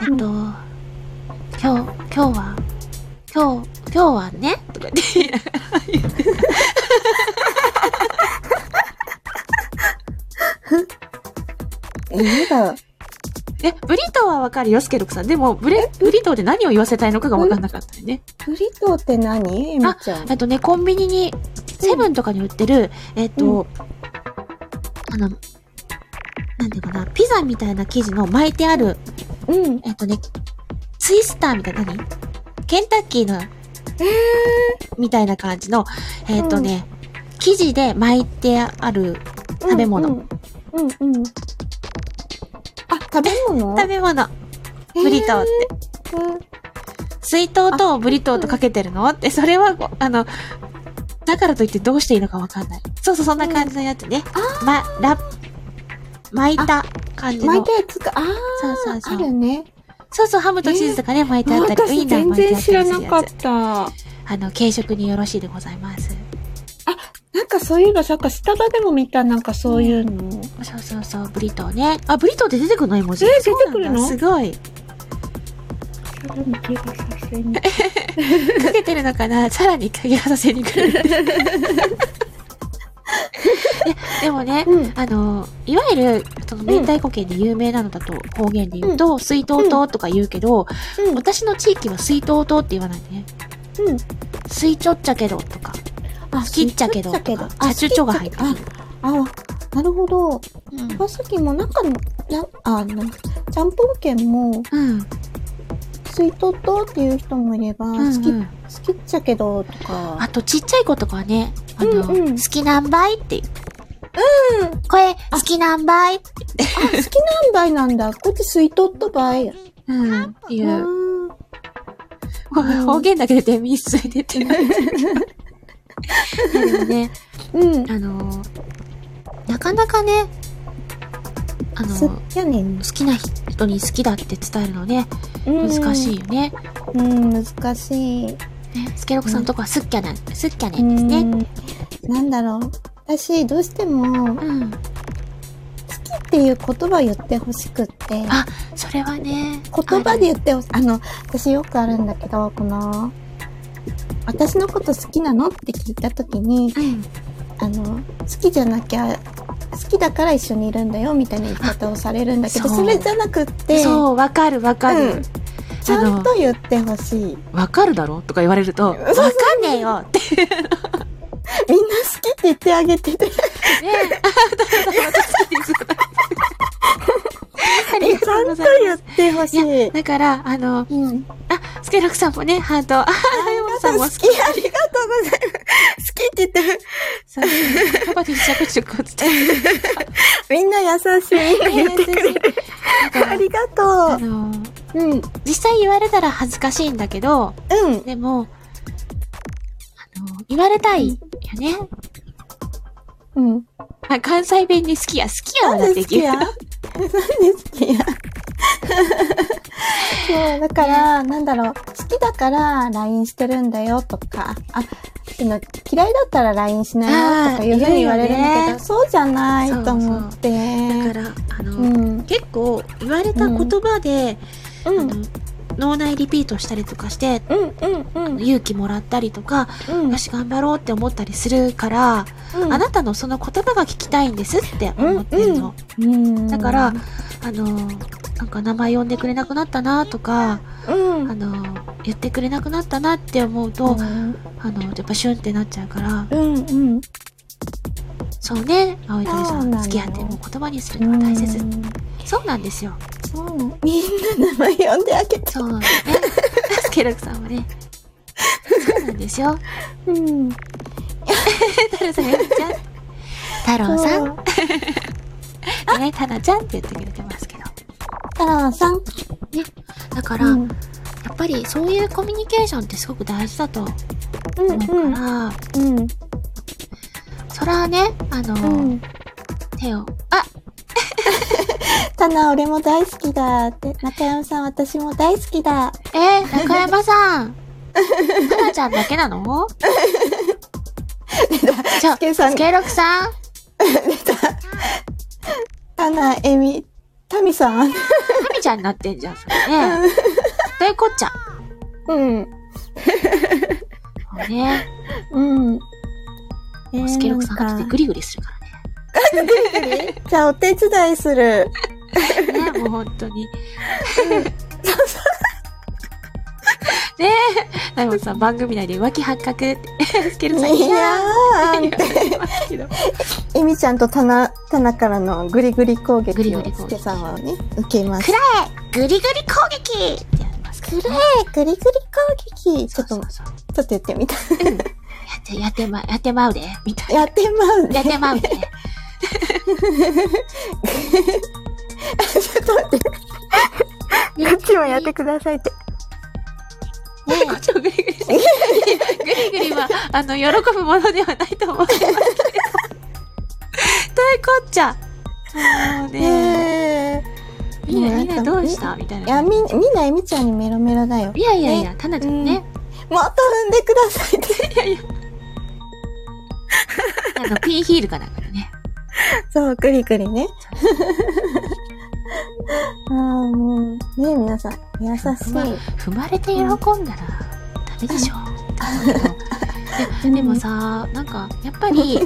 Speaker 1: えっと、今日、今日は、今日、今日はね、とか言って、
Speaker 2: え、なんだろう。
Speaker 1: え、ブリトーはわかるよ、スケロクさん。でも、ブレ、ブリトーで何を言わせたいのかがわかんなかったよね。
Speaker 2: ブリトーって何エミちゃん。
Speaker 1: あとね、コンビニに、セブンとかに売ってる、えっと、あの、なんていうかな、ピザみたいな生地の巻いてある、
Speaker 2: うん。
Speaker 1: えっとね、ツイスターみたいな、何ケンタッキーの、みたいな感じの、えっとね、生地で巻いてある食べ物
Speaker 2: うんうん。うんうん。あ、食べ物
Speaker 1: 食べ物。ブリトーって。
Speaker 2: えー
Speaker 1: 水筒とブリトーとかけてるのって、それはこう、あの、だからといってどうしていいのかわかんない。そうそう、そんな感じのやつね。ま、ラ巻いた感じ
Speaker 2: 巻い
Speaker 1: の
Speaker 2: た。やつか。あー、
Speaker 1: そうそうそう
Speaker 2: あるね。
Speaker 1: そうそう、ハムとチーズとかね、巻いてあったり、ウイ
Speaker 3: 私
Speaker 1: ンナー
Speaker 3: 全
Speaker 1: 巻いて
Speaker 3: 然
Speaker 1: あっ
Speaker 3: 知
Speaker 1: た
Speaker 3: ら
Speaker 1: りす
Speaker 3: な
Speaker 1: る
Speaker 3: かっ
Speaker 1: やつ。
Speaker 3: た。
Speaker 1: あの、軽食によろしいでございます。
Speaker 3: なんかそういえば、なんかスタバでも見た、なんかそういうの。
Speaker 1: そうそうそう、ブリトーね。あ、ブリトーって出てくるの絵文字。
Speaker 3: え出てくるの
Speaker 1: そうなんだすごい。
Speaker 3: 多分気がさせに。
Speaker 1: かけてるのか なさらに鍵がさせに来る って。いやでもね、
Speaker 3: うん
Speaker 1: あの、いわゆる、その、明太子圏で有名なのだと、方言で言うと、水筒糖とか言うけど、
Speaker 3: うん
Speaker 1: 私の地域は水筒糖って言わないでね。
Speaker 3: うん
Speaker 1: 水ちょっちゃけどとか、
Speaker 2: あ、
Speaker 1: 切っちゃけど
Speaker 2: 切っ
Speaker 1: と
Speaker 2: ちゃ
Speaker 1: か、
Speaker 2: あ
Speaker 1: 茶チュチョが入って
Speaker 2: あ
Speaker 1: る。、
Speaker 2: あ、なるほど。
Speaker 1: うん
Speaker 2: 川崎もなんかの、なあの、ちゃんぽん県も、
Speaker 1: うん。
Speaker 2: 水筒とっていう人もいれば、
Speaker 1: うん
Speaker 2: 好き、
Speaker 1: うん
Speaker 2: 好きっちゃけどとか。
Speaker 1: あと、ちっちゃい子とかはね、あの、
Speaker 2: うんうん
Speaker 1: 好き何倍って言う。
Speaker 2: うん。
Speaker 1: これ、好き何倍って。
Speaker 2: 好きなんばいなんだ。こっち水筒とばい。
Speaker 1: うん。いうう。
Speaker 2: ん。ん
Speaker 1: 方言だけで天秤ついて ってなってるいやでもね、
Speaker 2: うん。
Speaker 1: あのなかなかね、あの
Speaker 2: すっきゃねん
Speaker 1: 好。きな人に好きだって伝えるのね、
Speaker 2: うん
Speaker 1: 難しい。よね。
Speaker 2: うん、難しい。
Speaker 1: ねスケロクさんのとこはすっきゃね、すっきゃねですね。
Speaker 2: うん。なんだろう。私、どうしても、好き
Speaker 1: うん。
Speaker 2: っていう言葉を言ってほしくって。
Speaker 1: あそれはね、
Speaker 2: 言葉で言ってほしい。あの、私よくあるんだけど、この、私のこと好きなのって聞いたときに、
Speaker 1: ある、うん。
Speaker 2: あの、好きじゃなきゃ、好きだから一緒にいるんだよ、みたいな言い方をされるんだけど、
Speaker 1: そう
Speaker 2: それじゃなくって、
Speaker 1: そう、わかるわかる。
Speaker 2: うんちゃんと言ってほしい。みんな
Speaker 1: わかるだろとか言われると、わかんねえよ って
Speaker 2: 好きって言ってあげてて、
Speaker 1: ね。ありが
Speaker 2: ちゃ
Speaker 1: とうご
Speaker 2: んと
Speaker 1: ざい
Speaker 2: 言
Speaker 1: ま
Speaker 2: っ
Speaker 1: す。
Speaker 2: てほしい。
Speaker 1: だから、あの、
Speaker 2: うん。
Speaker 1: あ、スケロクさんもね、ハート。あ、ダイモンドさんも好
Speaker 2: 好き、ありがとうございます。好きって言って、
Speaker 1: き。パパで一着一着をつって。
Speaker 2: みんな優しい。みんな 言ってくれる。ありが
Speaker 1: あの、
Speaker 2: とう。うん。うん。
Speaker 1: 実際言われたら恥ずかしいんだけど、でも、あの、言われたいよね。
Speaker 2: うん。
Speaker 1: あ関西弁で好きや、好きやはだ
Speaker 2: な
Speaker 1: って
Speaker 2: んで
Speaker 1: い
Speaker 2: 好き
Speaker 1: け
Speaker 2: や
Speaker 1: ど
Speaker 2: なんで好きやそう、だから、なんだろう、好きだから LINE してるんだよとか、あ、その嫌いだったら LINE しなよとかいうふうに言われるん
Speaker 1: あ
Speaker 2: だ
Speaker 1: ーいる
Speaker 2: けど、
Speaker 1: よね
Speaker 2: そうじゃないと思っ て。
Speaker 1: だから、あの、
Speaker 2: うん。
Speaker 1: 結構言われた言葉で、
Speaker 2: うん、う
Speaker 1: あ
Speaker 2: ん、
Speaker 1: の脳内リピートしたりとかして、
Speaker 2: うん、
Speaker 1: 勇気もらったりとか、
Speaker 2: うん。
Speaker 1: よし頑張ろうって思ったりするから、
Speaker 2: うん
Speaker 1: あなたのその言葉が聞きたいんですって思ってるの。
Speaker 2: うん。
Speaker 1: だから、あの、なんか名前呼んでくれなくなったなとか、
Speaker 2: うん、
Speaker 1: あの、言ってくれなくなったなって思うと、
Speaker 2: うん、
Speaker 1: あの、やっぱシュンってなっちゃうから、
Speaker 2: うん、うん。
Speaker 1: そうね、青い鳥
Speaker 2: そ
Speaker 1: さ、
Speaker 2: うんなの
Speaker 1: 付き合っても言葉にするのは大切。
Speaker 2: うん
Speaker 1: そうなんですよ。
Speaker 2: そうなの。みんな名前呼んであげて。
Speaker 1: そうなん ですね。スケルクさんもね。そうなんですよ。
Speaker 2: うん。
Speaker 1: そうですね、エミちゃん。太郎さん。でね、タナちゃんって言ってくれてますけど。
Speaker 2: タラさん。
Speaker 1: だか
Speaker 2: う
Speaker 1: ら、
Speaker 2: ん。う
Speaker 1: や
Speaker 2: ん
Speaker 1: っぱりそういうコミュニケーションってすごく大事だと思うから、
Speaker 2: うん。うん。
Speaker 1: そらね、あの、
Speaker 2: うん。
Speaker 1: 手を、あ、
Speaker 2: タナ、俺も大好きだって。中山さん、私も大好きだ。
Speaker 1: えー、中山さ ん。タナちゃんだけなのちょ、
Speaker 2: スケさん
Speaker 1: スケロクさん。
Speaker 2: タナ、エミ、タミさん。
Speaker 1: タミちゃんになってんじゃん、それね。どういうこっちゃ。
Speaker 2: うん。
Speaker 1: そうね。
Speaker 2: うん。え
Speaker 1: スケロクさんが来て
Speaker 2: なんか
Speaker 1: グリグリするから
Speaker 2: じゃあ、お手伝いする。
Speaker 1: ね。ね、もう本当に。ねえ、でもさ、番組内で浮気発覚って、スケロクさん
Speaker 2: い
Speaker 1: い
Speaker 2: や
Speaker 1: やー
Speaker 2: ー
Speaker 1: って言われてますけど。
Speaker 2: エミちゃんとタナ、タナからのグリグリ攻
Speaker 1: グリ
Speaker 2: 撃
Speaker 1: グ
Speaker 2: を
Speaker 1: リ攻
Speaker 2: ス
Speaker 1: 撃
Speaker 2: ケさんはね、受けます
Speaker 1: く。らえグリグリ攻撃ってやりますからね
Speaker 2: くらえ、グリグリ攻撃。ちょっと、
Speaker 1: そう
Speaker 2: ち
Speaker 1: そ
Speaker 2: ょ
Speaker 1: うそう
Speaker 2: っとやってみた。
Speaker 1: やって、やってま、やってまうで、みたいな。
Speaker 2: やってまう
Speaker 1: や
Speaker 2: ね
Speaker 1: っ。てまうで。
Speaker 2: ちょっと待って。こっちもやってくださいって。
Speaker 1: ねえ、こっちもグリグリして。グリグリは、あの、喜ぶものではないと思いますけれど。というこっちゃ。そうね。
Speaker 2: ねえ。
Speaker 1: みんな、みんなどうし
Speaker 2: い
Speaker 1: たみたい
Speaker 2: や、
Speaker 1: な。
Speaker 2: み、みんなエミちゃんにメロメロだよ。
Speaker 1: いやいやいや、タナちゃんね。
Speaker 2: もっと踏んでくださいって。
Speaker 1: あの、ピンヒールかなんかでね。
Speaker 2: そう、グリグリね。 ああ、もう、ねえ、皆さん、優し
Speaker 1: まあ
Speaker 2: い。
Speaker 1: 踏まれて喜んだら、ダメでしょ。
Speaker 2: うん
Speaker 1: でもさ、なんか、やっぱ り、ね、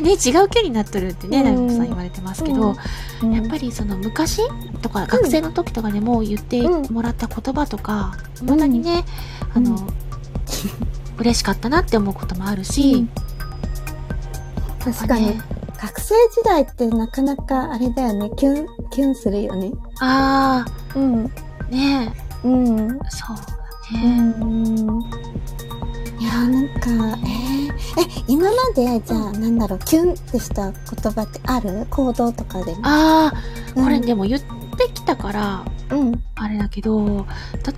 Speaker 1: 違う県になっとるってね、
Speaker 2: うん
Speaker 1: ライブさん言われてますけど、
Speaker 2: うん
Speaker 1: やっぱりその昔とか学生の時とかでも言って
Speaker 2: うん
Speaker 1: もらった言葉とか、未だにね、あの、
Speaker 2: う
Speaker 1: 嬉しかったなって思うこともあるし、
Speaker 2: 確か
Speaker 1: やっ
Speaker 2: に
Speaker 1: ぱね。
Speaker 2: 学生時代ってなかなかあれだよね。キュン、キュンするよね。
Speaker 1: あ
Speaker 2: うん。
Speaker 1: あ、ね
Speaker 2: うん。う
Speaker 1: え、
Speaker 2: ん。
Speaker 1: そうだ
Speaker 2: いや
Speaker 1: ね。
Speaker 2: ーなんか、えー、え、今まで、じゃあ、なんだろう、キュンってした言葉ってある行動とかでも。
Speaker 1: ああ、これ
Speaker 2: ね。
Speaker 1: でも言ってきたから、
Speaker 2: うん。
Speaker 1: あれだけど、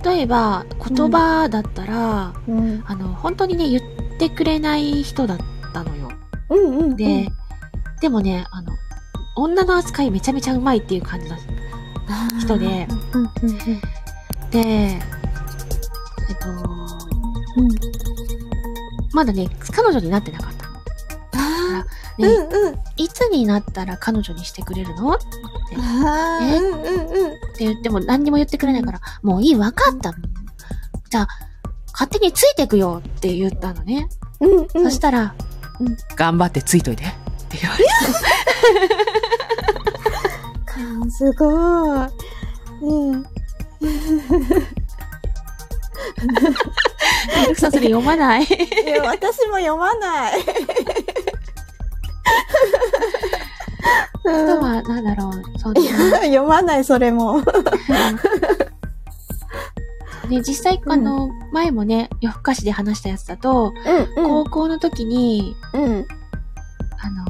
Speaker 1: 例えば言葉だったら、
Speaker 2: うん。
Speaker 1: あの、本当にね、言ってくれない人だったのよ。
Speaker 2: うんうん。
Speaker 1: で、でもね、あの、女の扱いめちゃめちゃうまいっていう感じだった。
Speaker 2: あー
Speaker 1: 人で。
Speaker 2: うんうんうん
Speaker 1: で、えっと、
Speaker 2: うん。うん。
Speaker 1: まだね、彼女になってなかったの。
Speaker 2: ああ。
Speaker 1: ね
Speaker 2: うんうん。
Speaker 1: いつになったら彼女にしてくれるのって
Speaker 2: ああ。
Speaker 1: ね
Speaker 2: うんうんうん。
Speaker 1: 言っても何にも言ってくれないから、もういい、わかった。じゃあ、勝手についてくよって言ったのね。
Speaker 2: うんうん。
Speaker 1: そしたら、
Speaker 2: うん
Speaker 1: 頑張ってついといてって言われて。
Speaker 2: かすごい。うん。
Speaker 1: ルクさんそれ読ま ない。
Speaker 2: いや、私も読まない。
Speaker 1: あと
Speaker 2: うん
Speaker 1: は、なんだろう、そう
Speaker 2: い
Speaker 1: ね
Speaker 2: や。 読まない、それも。
Speaker 1: ね、実際、あの、前もね、夜更かしで話したやつだと、
Speaker 2: うん、
Speaker 1: 高校の時に、
Speaker 2: うん。
Speaker 1: あの、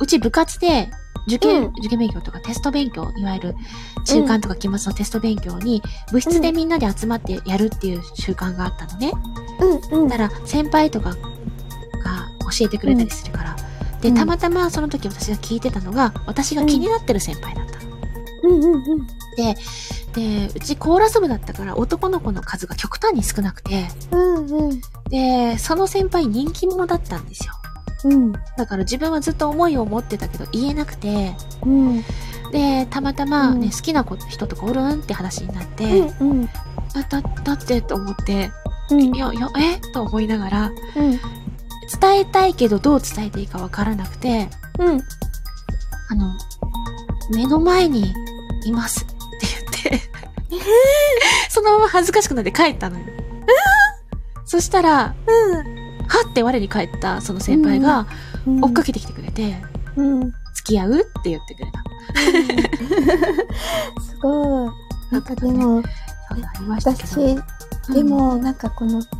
Speaker 1: うち部活で、受験、
Speaker 2: うん
Speaker 1: 受験勉強とかテスト勉強、いわゆる中間とか期末のテスト勉強に、部室でみんなで集まってやるっていう習慣があったのね。
Speaker 2: うん、うん
Speaker 1: だ。から、先輩とかが教えてくれたりするから。で、
Speaker 2: うん
Speaker 1: たまたまその時私が聞いてたのが、私が気になってる先輩だったの。
Speaker 2: うん、うん、
Speaker 1: で、うちコーラス部だったから男の子の数が極端に少なくて、
Speaker 2: うん。うん、
Speaker 1: で、その先輩人気者だったんですよ。
Speaker 2: うん。
Speaker 1: だから自分はずっと思いを持ってたけど言えなくて、
Speaker 2: うん、
Speaker 1: で、たまたまね、
Speaker 2: うん
Speaker 1: 好きな子人とかおるんって話になって、
Speaker 2: うん。
Speaker 1: あだ、だってと思って、
Speaker 2: うん
Speaker 1: いや、いや、えと思いながら、
Speaker 2: うん、
Speaker 1: 伝えたいけどどう伝えていいかわからなくて、
Speaker 2: うん。
Speaker 1: あの、目の前にいますって言って、 そのまま恥ずかしくなって帰ったのよ。そしたら、はって我に返ったその先輩が
Speaker 2: うん。
Speaker 1: 追っかけてきてくれて、
Speaker 2: うん。
Speaker 1: 付き合うって言ってくれた。
Speaker 2: すごい。なんかでも、
Speaker 1: そういうのありましたけど。
Speaker 2: 私、でも、なんかこの、付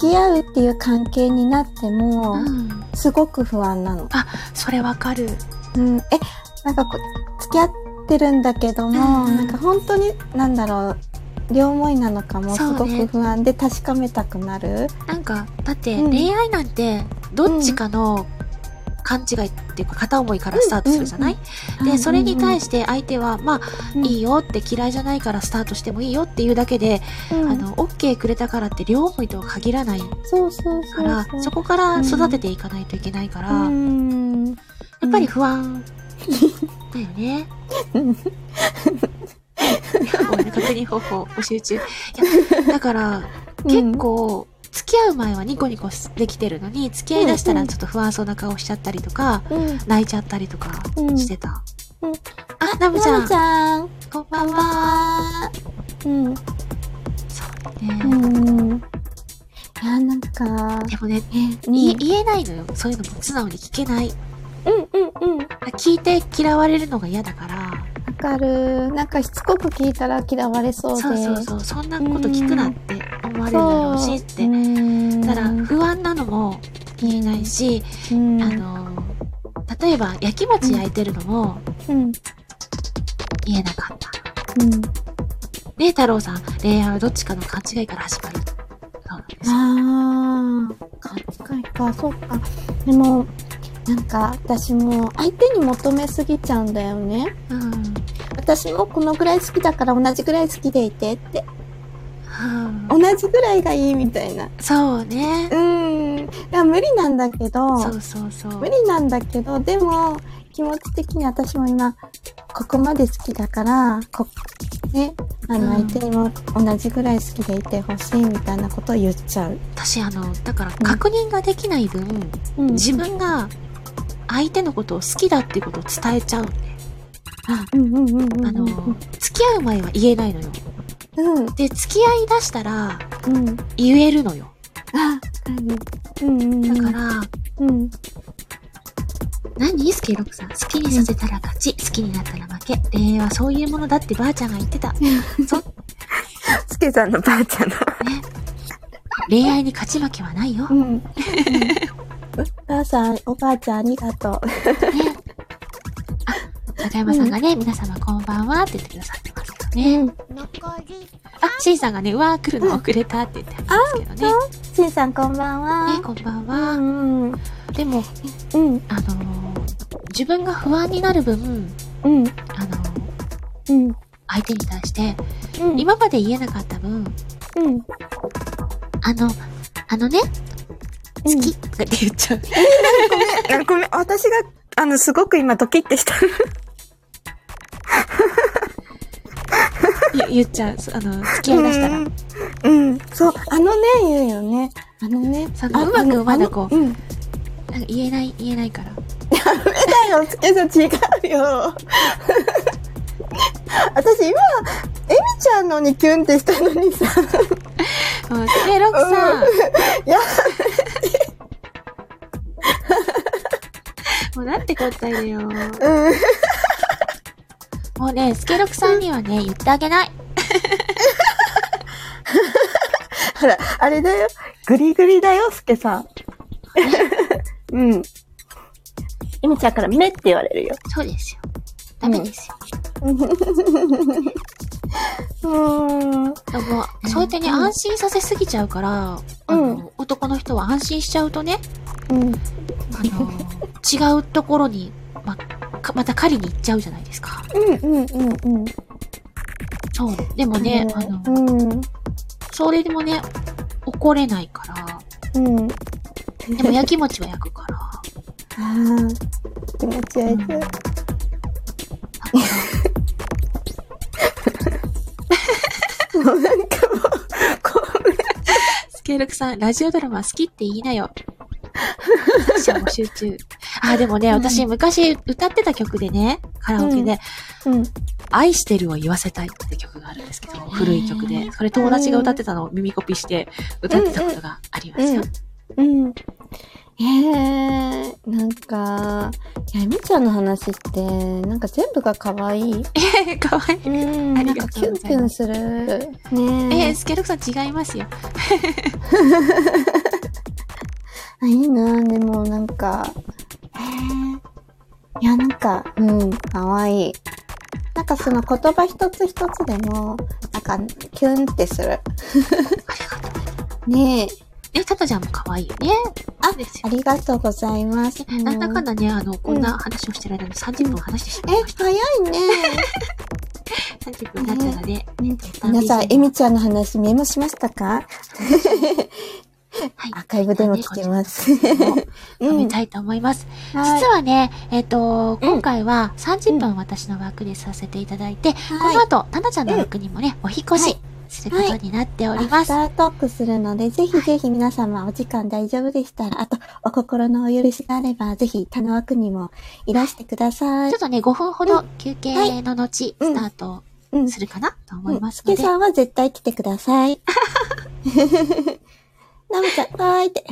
Speaker 2: き合うっていう関係になっても、
Speaker 1: うん。
Speaker 2: すごく不安なの。
Speaker 1: それわかる。
Speaker 2: うん、え、なんかこう、付き合ってるんだけども、
Speaker 1: うん
Speaker 2: なんか本当に、なんだろう、両思いなのかも
Speaker 1: そ
Speaker 2: す
Speaker 1: うね
Speaker 2: ごく不安で確かめたくなる。
Speaker 1: なんか、だって
Speaker 2: うん
Speaker 1: 恋愛なんて、どっちかの勘違いっていうか片思いからスタートするじゃない、で、それに対
Speaker 2: し
Speaker 1: して相手は、まあ、
Speaker 2: て、うん
Speaker 1: いいよって嫌いじゃないからスタートしてもいいよっていうだけで、
Speaker 2: うん
Speaker 1: あの、OK くれたからって両思いとは限らないか
Speaker 2: そうそうそう
Speaker 1: ら、
Speaker 2: そう。
Speaker 1: そこから育てていかないといけないから、
Speaker 2: うん。
Speaker 1: やっぱり不安だよね。
Speaker 2: うん
Speaker 1: ごめんね確認方法募集中。いや、だから、結構、付き合う前はニコニコできてるのに、付き合い出したらちょっと不安そうな顔しちゃったりとか、
Speaker 2: うん、
Speaker 1: 泣いちゃったりとか
Speaker 2: うん
Speaker 1: してた。
Speaker 2: うん
Speaker 1: あ、ナムち
Speaker 2: な
Speaker 1: ゃ
Speaker 2: む
Speaker 1: ん
Speaker 2: ち、ゃん、
Speaker 1: こんばんは。
Speaker 2: うん、
Speaker 1: そうね。
Speaker 2: うん。いや、なんか、
Speaker 1: でもね、
Speaker 2: ね、
Speaker 1: い言えないのよ。そういうのも素直に聞けない。
Speaker 2: うん、うん、うん。わ
Speaker 1: 聞いて嫌われるのが嫌だから、
Speaker 2: かる。なんかしつこく聞いたら嫌われそうで。
Speaker 1: そうそうそう、そんなこと聞くなって思われるだろうしって。
Speaker 2: うん
Speaker 1: だから、不安なのも言えないし、
Speaker 2: うん、
Speaker 1: あの、例えば焼き餅焼いてるのも
Speaker 2: うん、
Speaker 1: 言えなかった。
Speaker 2: うん。
Speaker 1: ね太郎さん、恋愛はどっちかの勘違いから始まる。そうなんですよ。
Speaker 2: ああ、勘違いか、そうか。でも、なんか私も相手に求めすぎちゃうんだよね。
Speaker 1: うん。
Speaker 2: 私もこのぐらい好きだから同じぐらい好きでいてって、
Speaker 1: うん
Speaker 2: 同じぐらいがいいみたいな。
Speaker 1: そうね
Speaker 2: う。ーん。いや、無理なんだけど、
Speaker 1: そうそうそう。
Speaker 2: 無理なんだけど、でも、気持ち的に私も今、ここまで好きだから、こ、ね、あの、
Speaker 1: うん
Speaker 2: 相手にも同じぐらい好きでいてほしいみたいなことを言っちゃう。
Speaker 1: 私、あの、だから確認ができない分、
Speaker 2: うん
Speaker 1: 自分が相手のことを好きだっていうことを伝えちゃう。
Speaker 2: あ、うんうんうんうんうん。
Speaker 1: あの、付き合う前は言えないのよ。
Speaker 2: うん、
Speaker 1: で、付き合い出したら
Speaker 2: うん。
Speaker 1: 言えるのよ。
Speaker 2: あ、何うんうんうん。
Speaker 1: だか、ら、
Speaker 2: うん。
Speaker 1: 何スケロクさん。好きにさせたら勝ち。好きになったら負け。恋愛はそういうものだってばあちゃんが言ってた。
Speaker 2: つけさんのばあちゃんの。
Speaker 1: 恋愛に勝ち負けはないよ。
Speaker 2: うん。ばあさん、おばあちゃんありがとう。
Speaker 1: ね。あ、高山さんがね、皆様こんばんはって言ってくださってますよね。
Speaker 2: うん。
Speaker 1: あ、シンさんがね、うわー来るの遅れたって言ってはるんですけどね。
Speaker 2: しんさんこんばんは。
Speaker 1: ね、こんばん
Speaker 2: う
Speaker 1: は。
Speaker 2: んうん。
Speaker 1: でも、
Speaker 2: うん。
Speaker 1: あのー自分が不安になる分、
Speaker 2: う
Speaker 1: あ
Speaker 2: ん。
Speaker 1: のー
Speaker 2: うん。
Speaker 1: 相手に対して、
Speaker 2: うん。
Speaker 1: 今まで言えなかった分、
Speaker 2: うん。
Speaker 1: あの、あのね、
Speaker 2: うん
Speaker 1: 好きとかって言っちゃう。
Speaker 2: あごめん、私が、あの、すごく今ドキッてした。
Speaker 1: 言言っちゃう。あの、付き合いだしたら。
Speaker 2: うん。うん。そう、あのね、言うよね。あのね。
Speaker 1: その
Speaker 2: あ
Speaker 1: うまく
Speaker 2: あの
Speaker 1: まだこう
Speaker 2: あのうん。
Speaker 1: なんか言えない、言えないから。
Speaker 2: だよ、つけさん違うよ。 私今、エミちゃんのにキュンってしたのにさ。
Speaker 1: うん、スペロクさん。
Speaker 2: いや、
Speaker 1: もうなんてこったいだよ。も
Speaker 2: うん。
Speaker 1: うね、スケロクさんにはね、言ってあげない。
Speaker 2: ほら、あれだよ。グリグリだよ、すけさ ん。うん。エミちゃんからめって言われるよ。
Speaker 1: そうですよ。ダメですよ。
Speaker 2: うーん。
Speaker 1: でも、そうやってね、
Speaker 2: うん
Speaker 1: 安心させすぎちゃうから、あ
Speaker 2: うん
Speaker 1: の、男の人は安心しちゃうとね、
Speaker 2: うん。
Speaker 1: あ の、違うところに、ま、かまた狩りに行っちゃうじゃないですか。
Speaker 2: うんうんうんうん。
Speaker 1: そう。でもね、あの、
Speaker 2: うん。
Speaker 1: それでもね、怒れないから、
Speaker 2: うん。
Speaker 1: でも焼き餅は焼くから。
Speaker 2: ああ、気持ち悪い。
Speaker 1: うん
Speaker 2: もうなんかもう、こ
Speaker 1: スケルクさん、ラジオドラマ好きって言いなよ。 作者募集中。あ、でもね、私昔歌ってた曲でね、カラオケで、
Speaker 2: う。うん。
Speaker 1: 愛してるを言わせたいって曲があるんですけど、古い曲で。それ友達が歌ってたのを耳コピして歌ってたことがありますよ。
Speaker 2: うん。えー、なんか、いや、みちゃんの話って、なんか全部が可愛い。
Speaker 1: え、 かわいい。
Speaker 2: うん、
Speaker 1: あ
Speaker 2: な
Speaker 1: り
Speaker 2: ん
Speaker 1: が
Speaker 2: か
Speaker 1: と
Speaker 2: キ
Speaker 1: うご
Speaker 2: ュン
Speaker 1: ざ
Speaker 2: キ
Speaker 1: い
Speaker 2: ュ
Speaker 1: ま
Speaker 2: ンする。ね
Speaker 1: え
Speaker 2: え。
Speaker 1: ー、スケルクさん違いますよ。
Speaker 2: あ、いいなでもなんか、えー、いや、なんか、うん、かわいい。なんかその言葉一つ一つでも、なんか、キュンってする。ねえ、
Speaker 1: え、タタちゃんも可愛いよね。あ、です
Speaker 2: あ。りがとうございます。
Speaker 1: えなんだかんだ
Speaker 2: だ。
Speaker 1: ね、あの、こんな話をしてる間に30分話してし
Speaker 2: え
Speaker 1: まいまし、
Speaker 2: 早いね。
Speaker 1: た。30分経ったので、
Speaker 2: 皆さん、えみちゃんの話メモしましたか
Speaker 1: はい
Speaker 2: アーカイブでも聞けます。
Speaker 1: 飲
Speaker 2: うん
Speaker 1: みたいと思います。
Speaker 2: はい
Speaker 1: 実はね、えっ、と、今回は30分私の枠でさせていただいて、この
Speaker 2: はい
Speaker 1: 後、タナちゃんの枠にもね、お引っ越しすることになっておりま
Speaker 2: アフ
Speaker 1: す。
Speaker 2: タートークするので、ぜひぜひ皆様お時間大丈夫でしたら、あと、お心のお許しがあれば、ぜひ、他の枠にもいらしてください
Speaker 1: ちょっ。とね、5分ほど休憩の後、
Speaker 2: うん
Speaker 1: スタート
Speaker 2: うん。
Speaker 1: するかなと思い
Speaker 2: うん
Speaker 1: ます
Speaker 2: す
Speaker 1: の
Speaker 2: け
Speaker 1: で、
Speaker 2: さんは絶対来てください。 なむちゃん、わーいって。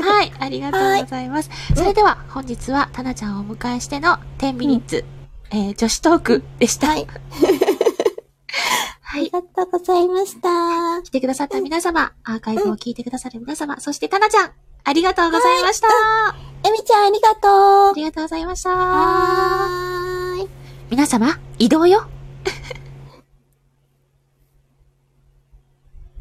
Speaker 1: はい、ありがとうございます。それでは、本日はタナちゃんをお迎えしての10ミニッツ、えー女子トークでした。
Speaker 2: は
Speaker 1: は
Speaker 2: い。あり
Speaker 1: い。
Speaker 2: がとうございました。あ
Speaker 1: 来てくださった皆様、アーカイブを聞いてくださる皆様、そしてタナちゃん、ありがとうございました。あ
Speaker 2: えみちゃん、ありがとう。
Speaker 1: りがとうございまし
Speaker 2: は
Speaker 1: た。
Speaker 2: ーい。
Speaker 1: 皆様、移動よ。